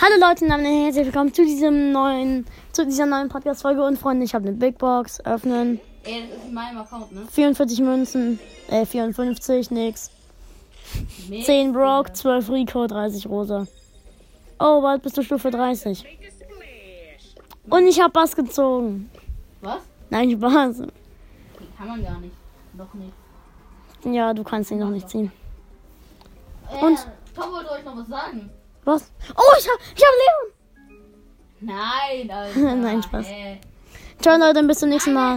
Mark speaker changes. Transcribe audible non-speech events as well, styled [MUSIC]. Speaker 1: Hallo Leute und damit herzlich willkommen zu diesem neuen, zu dieser neuen Podcast-Folge. Und Freunde, ich habe eine Big Box, öffnen,
Speaker 2: Ey, das ist mein Account, ne?
Speaker 1: 44 Münzen, äh, 54, nix.
Speaker 2: Mega.
Speaker 1: 10 Brock, 12 Rico, 30 Rosa. Oh, bald bist du Stufe 30. Und ich habe was gezogen.
Speaker 2: Was?
Speaker 1: Nein, Spaß.
Speaker 2: Kann man gar nicht. Doch nicht.
Speaker 1: Ja, du kannst ihn noch nicht ziehen.
Speaker 2: Äh,
Speaker 1: Und?
Speaker 2: Tom wollte euch noch was sagen.
Speaker 1: Was? Oh, ich habe ich hab
Speaker 2: Nein, Alter.
Speaker 1: [LAUGHS] Nein, Spaß.
Speaker 2: Ey.
Speaker 1: Leon. Ciao Leute, bis zum nächsten Mal.